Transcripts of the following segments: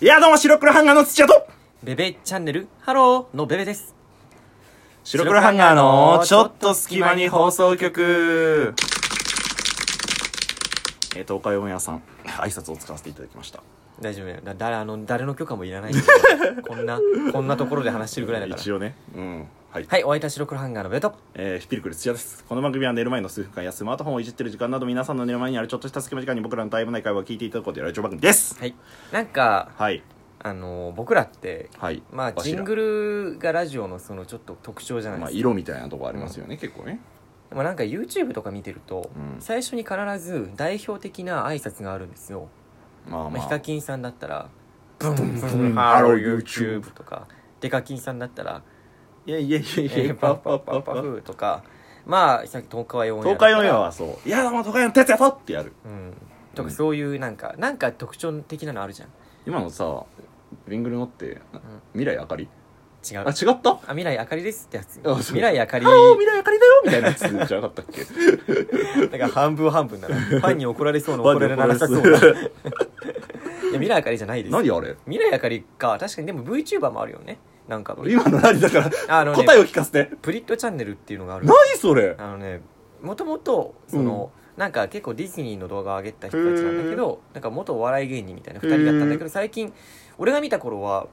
いや、どうも、白黒ハンガーの土屋と、ベベチャンネルハローのベベです。白黒ハンガーの、ちょっと隙間に放送局。えっと、おかよもやさん、挨拶を使わせていただきました。大丈夫だよだ誰あの誰の許可もいらないこんなこんなところで話してるぐらいだから一応ね、うん。はい。はいお相手は白黒ハンガーのベベとえー、ピルクル土屋です。この番組は寝る前の数分間やスマートフォンをいじってる時間など皆さんの寝る前にあるちょっとした隙間時間に僕らのタイムない会話を聞いていただくことでラジオ番組です。はいなんかはい。あの僕らってはい。まあわしジらングルがラジオのそのちょっと特徴じゃないまあ、ですか、色みたいなとこありますよね、結構ね。まあ、なんか YouTube とか見てると、うん最初に必ず代表的な挨拶があるんですよ、まあまあ、まヒあカ。キンさんだったら「ブンブンブンハハロローー YouTube YouTube」とかデカキンさんだったらいやいやいやいえや、ー、パッパッパッパパフーとかまあさっき東海オンエア東海オンエアはそう。いや、どうも、東海の哲也とってやる。うんとかそういうなんか、なんか特徴的なのあるじゃん今のさビングルのって、未来あかり違あう違ったああ未来あかりですってやつそう未来あかりハロー未来あかりだよみたいなやつじゃなかったっ けだから半分半 分だなファンに怒られそうなファン怒にられなさそうないや未来あかりじゃないです 何あれ未来あかりか確かにでも VTuber もあるよねなんか今の何だからあのね答えを聞かせてプリットチャンネルっていうのがある何それあのねもともとその、なんか結構ディズニーの動画を上げた人たちなんだけどなんか元お笑い芸人みたいな2人だったんだけど最近俺が見た頃は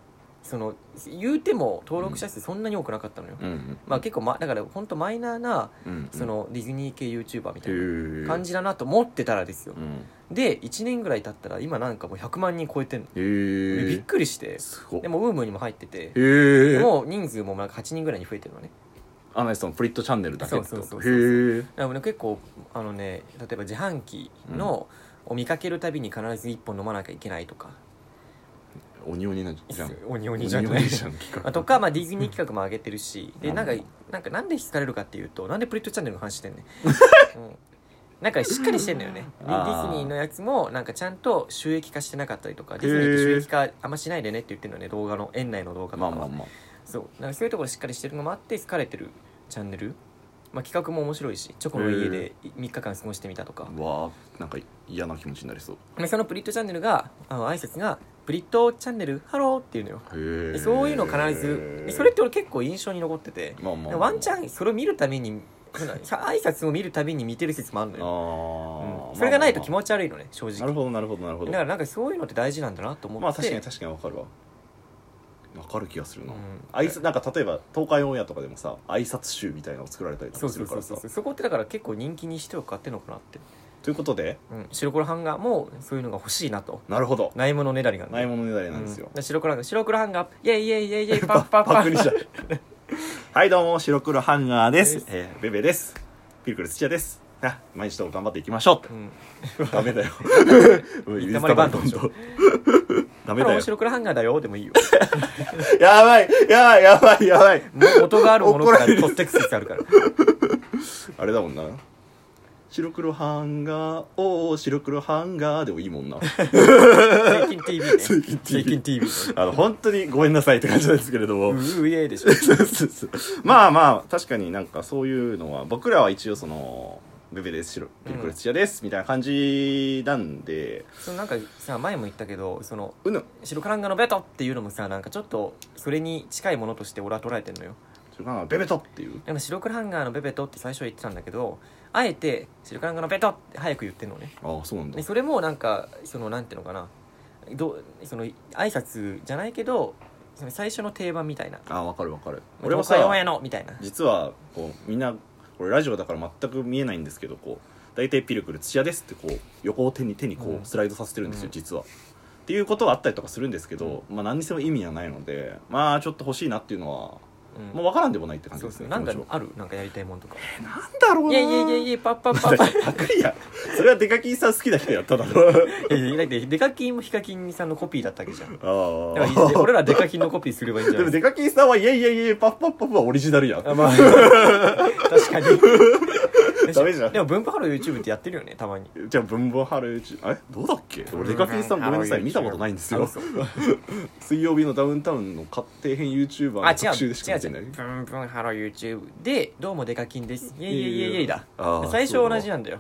その言うても登録者数そんなに多くなかったのよ、うんまあ結構、ま、だから本当マイナーなうんそのディズニー系 YouTuber みたいなへえ感じだなと思ってたらですようんで1年ぐらい経ったら今なんかもう100万人超えてんのでへびっえくりしてすごっでもウームにも入っててへえもう人数もなんか8人ぐらいに増えてるのねあのそのプリットチャンネルだけってことそうそうそうそへうえあのね結構あのね例えば自販機の、を見かけるたびに必ず1本飲まなきゃいけないとか鬼鬼なんじゃん鬼鬼じゃん鬼鬼じゃん企ま あ画とか、まあ、ディズニー企画も上げてるしでなんかうんなんかなんで惹かれるかっていうとなんでプリットチャンネルの話してんね ん、うんなんかしっかりしてんのよねでデあーィズニーのやつもなんかちゃんと収益化してなかったりとかディズニーって収益化あんましないでねって言ってるのね動画の園内の動 画とかまあはまあまあそうなんかそういうところしっかりしてるのもあって好かれてるチャンネル、まあ、企画も面白いしチョコの家で3日間過ごしてみたとか、うわあなんか嫌な気持ちになりそうでそのプリットチャンネルがあの挨拶が「プリットチャンネルハロー」っていうのよへでえそういうの必ずでそれって俺結構印象に残っててまあまあでワンチャンそれを見るためになんか挨拶を見るたびに見てる説もあるのあよ、あうんそれがないと気持ち悪いのね正なる直ほどなるほどなるほどだからなんかそういうのって大事なんだなと思ってまあ確かに確かにわかるわわかる気がするな、うんあいつなんか例えば東海オンエアとかでもさ挨拶集みたいなのを作られたりとそかうすそうるかそらうさそうそこってだから結構人気にしては買ってんのかなって、ということでうん、白黒ハンガーもそういうのが欲しいなとなるほどないものねだりがねないものねだりうなんんですよ、で白黒ハンガー白黒ハンガーイェイイェイイェイイェイパッパパッパパクッリじゃんはいどうも白黒ハンガーですですえーベベですピルクル土屋ですあ毎日とも頑張っていきましょうん うダメだよ水溜りバンドでしょダこメれだよ面白くハンガーだよでもいいよやばいやばいやばいやばいも元があるものか怒らられる取ってく説ある からあれだもんな白黒ハンガーおー白黒ハンガーでもいいもんな最近 TV ね最近 TV 最近 TV ねあの本当にごめんなさいって感じなんですけれども ううえでしょそうそうそうまあまあ確かになんかそういうのは僕らは一応その「ベベです白ピルクル土屋です」みたいな感じなんでそのなんかさ前も言ったけどそのうぬ白黒ハンガーのベトっていうのもさなんかちょっとそれに近いものとして俺は捉えてんのよそれかなベベとっていうでも白黒ハンガーのベベトって最初は言ってたんだけどあえて白黒ハンガーのベトって早く言ってんのねああそうなんだでそれもなんかそのなんていうのかなどうその挨拶じゃないけどその最初の定番みたいなああわかるわかる俺俺ももささ山やのみたいな実はこうみんなこれラジオだから全く見えないんですけどこう大体ピルクル土屋ですってこう横を手に手にこうんうスライドさせてるんですよ、うん実は。っていうことはあったりとかするんですけど、まあ何にせも意味はないのでまあちょっと欲しいなっていうのは、うんまあ、分からんでもないって感じそうですそねうなんか気持ちはあるなんかやりたいもんとかなんだろういなやいやいやいやパッパッパだッパってパクリやそれはデカキンさん好きだけどやっただろいやいやだってデカキンもヒカキンさんのコピーだったわけじゃんだあからいいであ俺らデカキンのコピーすればいいんじでゃなもいでデカキンさんは「いやいやいやパッパッパッ」はオリジナルやんあまあ確かにダメじゃんでも文化ハロー YouTube ってやってるよねたまにじゃあ文房春うちあれどうだっけ俺デカキンさんごめんなさい見たことないんですあよ嘘水曜日のダウンタウンの勝手編 YouTuber のあ違特う違集うでしか見てない違うブンブンハロー YouTube でどうもデカキンですイェイイェイイェイイェイだあー最初そうだ同じなんだよ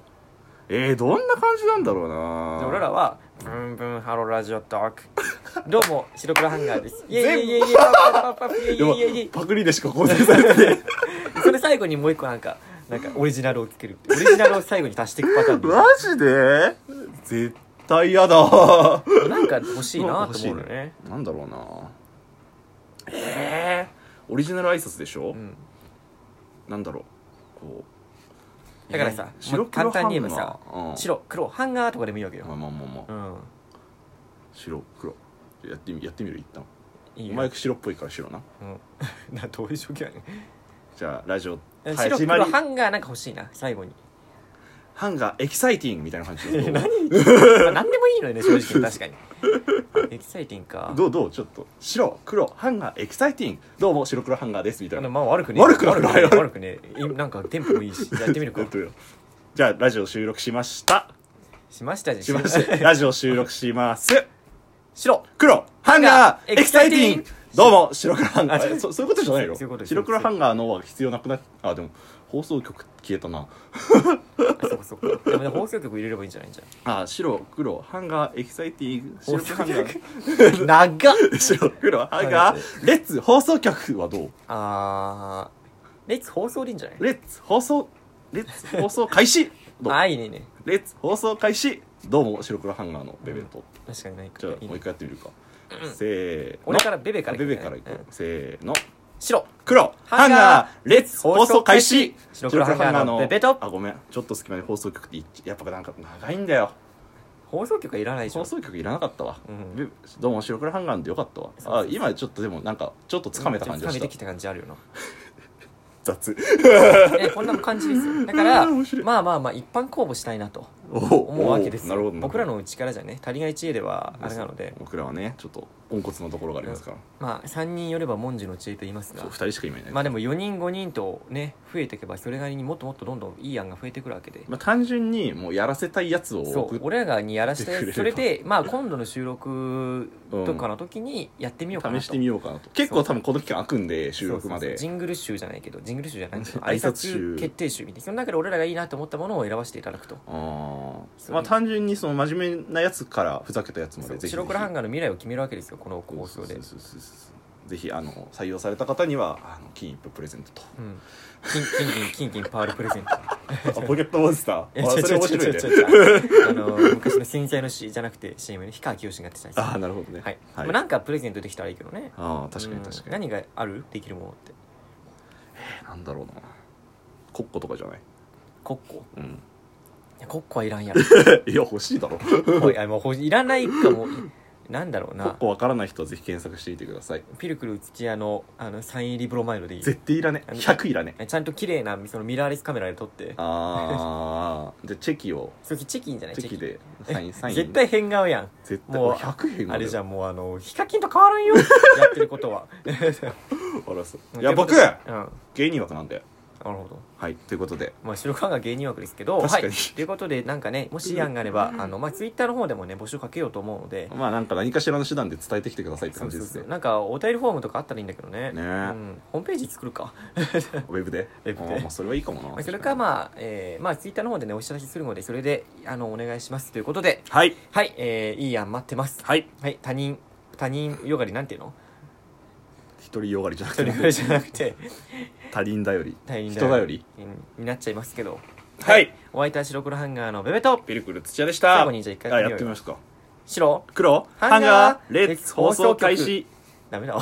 えー、どんな感じなんだろうなで俺らは「ブンブンハローラジオトークどうも白黒ハンガーですイエイイエイイエイイエイパパパパイエイでもイエイイエイパクリでしか構成されてない それ最後にもう一個なんかなんかオリジナルをつけるってオリジナルを最後に足していくパタ ーンでマジで絶対嫌だなんか欲しいなと思うのねなんだろうなえオリジナル挨拶でしょ、えうんなんだろうこうだからさえーもう簡単に言えばさ白黒ハンガーうん白黒ハンガーとかでもいいわけまあよまあまあまあうん白黒やってみやってみる一旦いいよマイク白っぽいから白なうん などういう状況やねんじゃあラジオ白始まり黒ハンガーなんか欲しいな最後にハンガーエキサイティングみたいな感じで何どう まあ何でもいいのよね正直確 かにエキサイティングかどうどうちょっと白黒ハンガーエキサイティングどうも白黒ハンガーですみたいあのなまあ悪くね悪くない悪くね悪くねいなんかテンポもいいしじゃあやってみるか やってみようじゃあラジオ収録しましたしましたじゃんしましてラジオ収録します白黒ハンガーエエキキササイイテティィングングどうも白黒ハンガあ違ーうそそういうことじゃないのそういうことです白黒ハンガーのは必要なくなっあでも放送局消えたなあそこそこでもね放送局入れればいいんじゃないんじあ白黒ハンガーエキサイティング放白送黒局ハンガー ゃん長っ白黒ハンガーレッツ放送局はどうあーレッツ放送でいいんじゃないレッツ放送レッツ放送開始どうあいいねいいねレッツ放送開始どうも白黒ハンガーのベベと、確かにないかじゃあいいねもう一回やってみるか、せーの俺からベベからベベからいこう、うんせーの白黒ハハンンガガーレッツ放送開始白黒ハンガーのベベとあごめんちょっと隙間に放送局ってやっぱなんか長いんだよ放送局はいらないでし放ょ送局いらなかったわ、うんベベどうも白黒ハンガーでよかったわそうそうあ今ちょっとでもなんかちょっとつかめた感じがつしかためてきた感じあるよな 雑えこんな感じですよ だから面白いまあまあまあ一般公募したいなとおお思うわけですよなるほど僕らの力じゃね足りない知恵ではあれなので僕らはねちょっとポンコツのところがありますから、まあ3人よれば文殊の知恵と言いますそがう2人しか今いないまあでも4人5人とね増えていけばそれなりにもっともっとどんどんいい案が増えてくるわけでまあ、単純にもうやらせたいやつをそ送うっ俺らがにやらせやってくれれてばそれでまあ今度の収録とかの時にやってみようかなと試してみようかなと結構多分この期間空くんで収録まそうそうそうでジングル集じゃないけどジングル集じゃない挨挨拶拶集決定集みたいなその中で俺らがいいなと思ったものを選ばせていただくとああそうまあ単純にその真面目なやつからふざけたやつまそでうぜひ白黒ハンガーの未来を決めるわけですよこの放そ送うでそうそうそうそうぜひあの採用された方にはあの金一封プレゼント とうん金金銀金銀パールプレゼントあポケットモンスタいーやあ違うそれ面違う白い違うね違う違うあの昔の戦災の詩じゃなくて CM ね氷川きよしがやってたやつああなるほどねはい、はいまあなんかプレゼントできたらいいけどねああ確かにうん確かに何があるできるものってなんだろうなコッコとかじゃないコッコうんいやコッコはいらんや ろいや欲しいだろココッ コはいやもうほいらないかもなんだろうッなコわからない人はぜひ検索してみてくださいピルクル土屋のあのサイン入りブロマイドでいい絶対いらねあの100いらねちゃんと綺麗なそのミラーレスカメラで撮ってああじゃあチェキをそれチェキンじゃないチェキでサインサイン絶対変顔やん絶対もう100円あれじゃゃんもうあのヒカキンと変わ らんよやってることはあらそういや僕うんな芸人枠なんでるほどはいということでまあ、白川が芸人枠ですけど、確はかいに、ということで、なんかね、もしいい案があれば、あの、まあ、ツイッターの方でもね、募集かけようと思うので、まあなんか何かしらの手段で伝えてきてくださいってそ感うじそうですそうよなんか、お便りフォームとかあったらいいんだけどね。ねえうん。ホームページ作るか。ウェブでウェブであーまあそれはいいかもまなあ、それか、まあ、えー、まあ、ツイッターの方でね、お知らせするので、それで、あの、お願いします。ということで、はいはい、えー、いい案待ってます。はいはい、他人、他人よがりなんていうの一人よがりじゃなく一人てぐらいじゃなく て、他人だより他人人だよりうんになっちゃいますけど。はいお相手は白黒ハンガーのベベと、ピルクル土屋でした最後にじゃあ一回あややってみようよってみますか白黒ハンガーレッツ放送開始ダメだわ。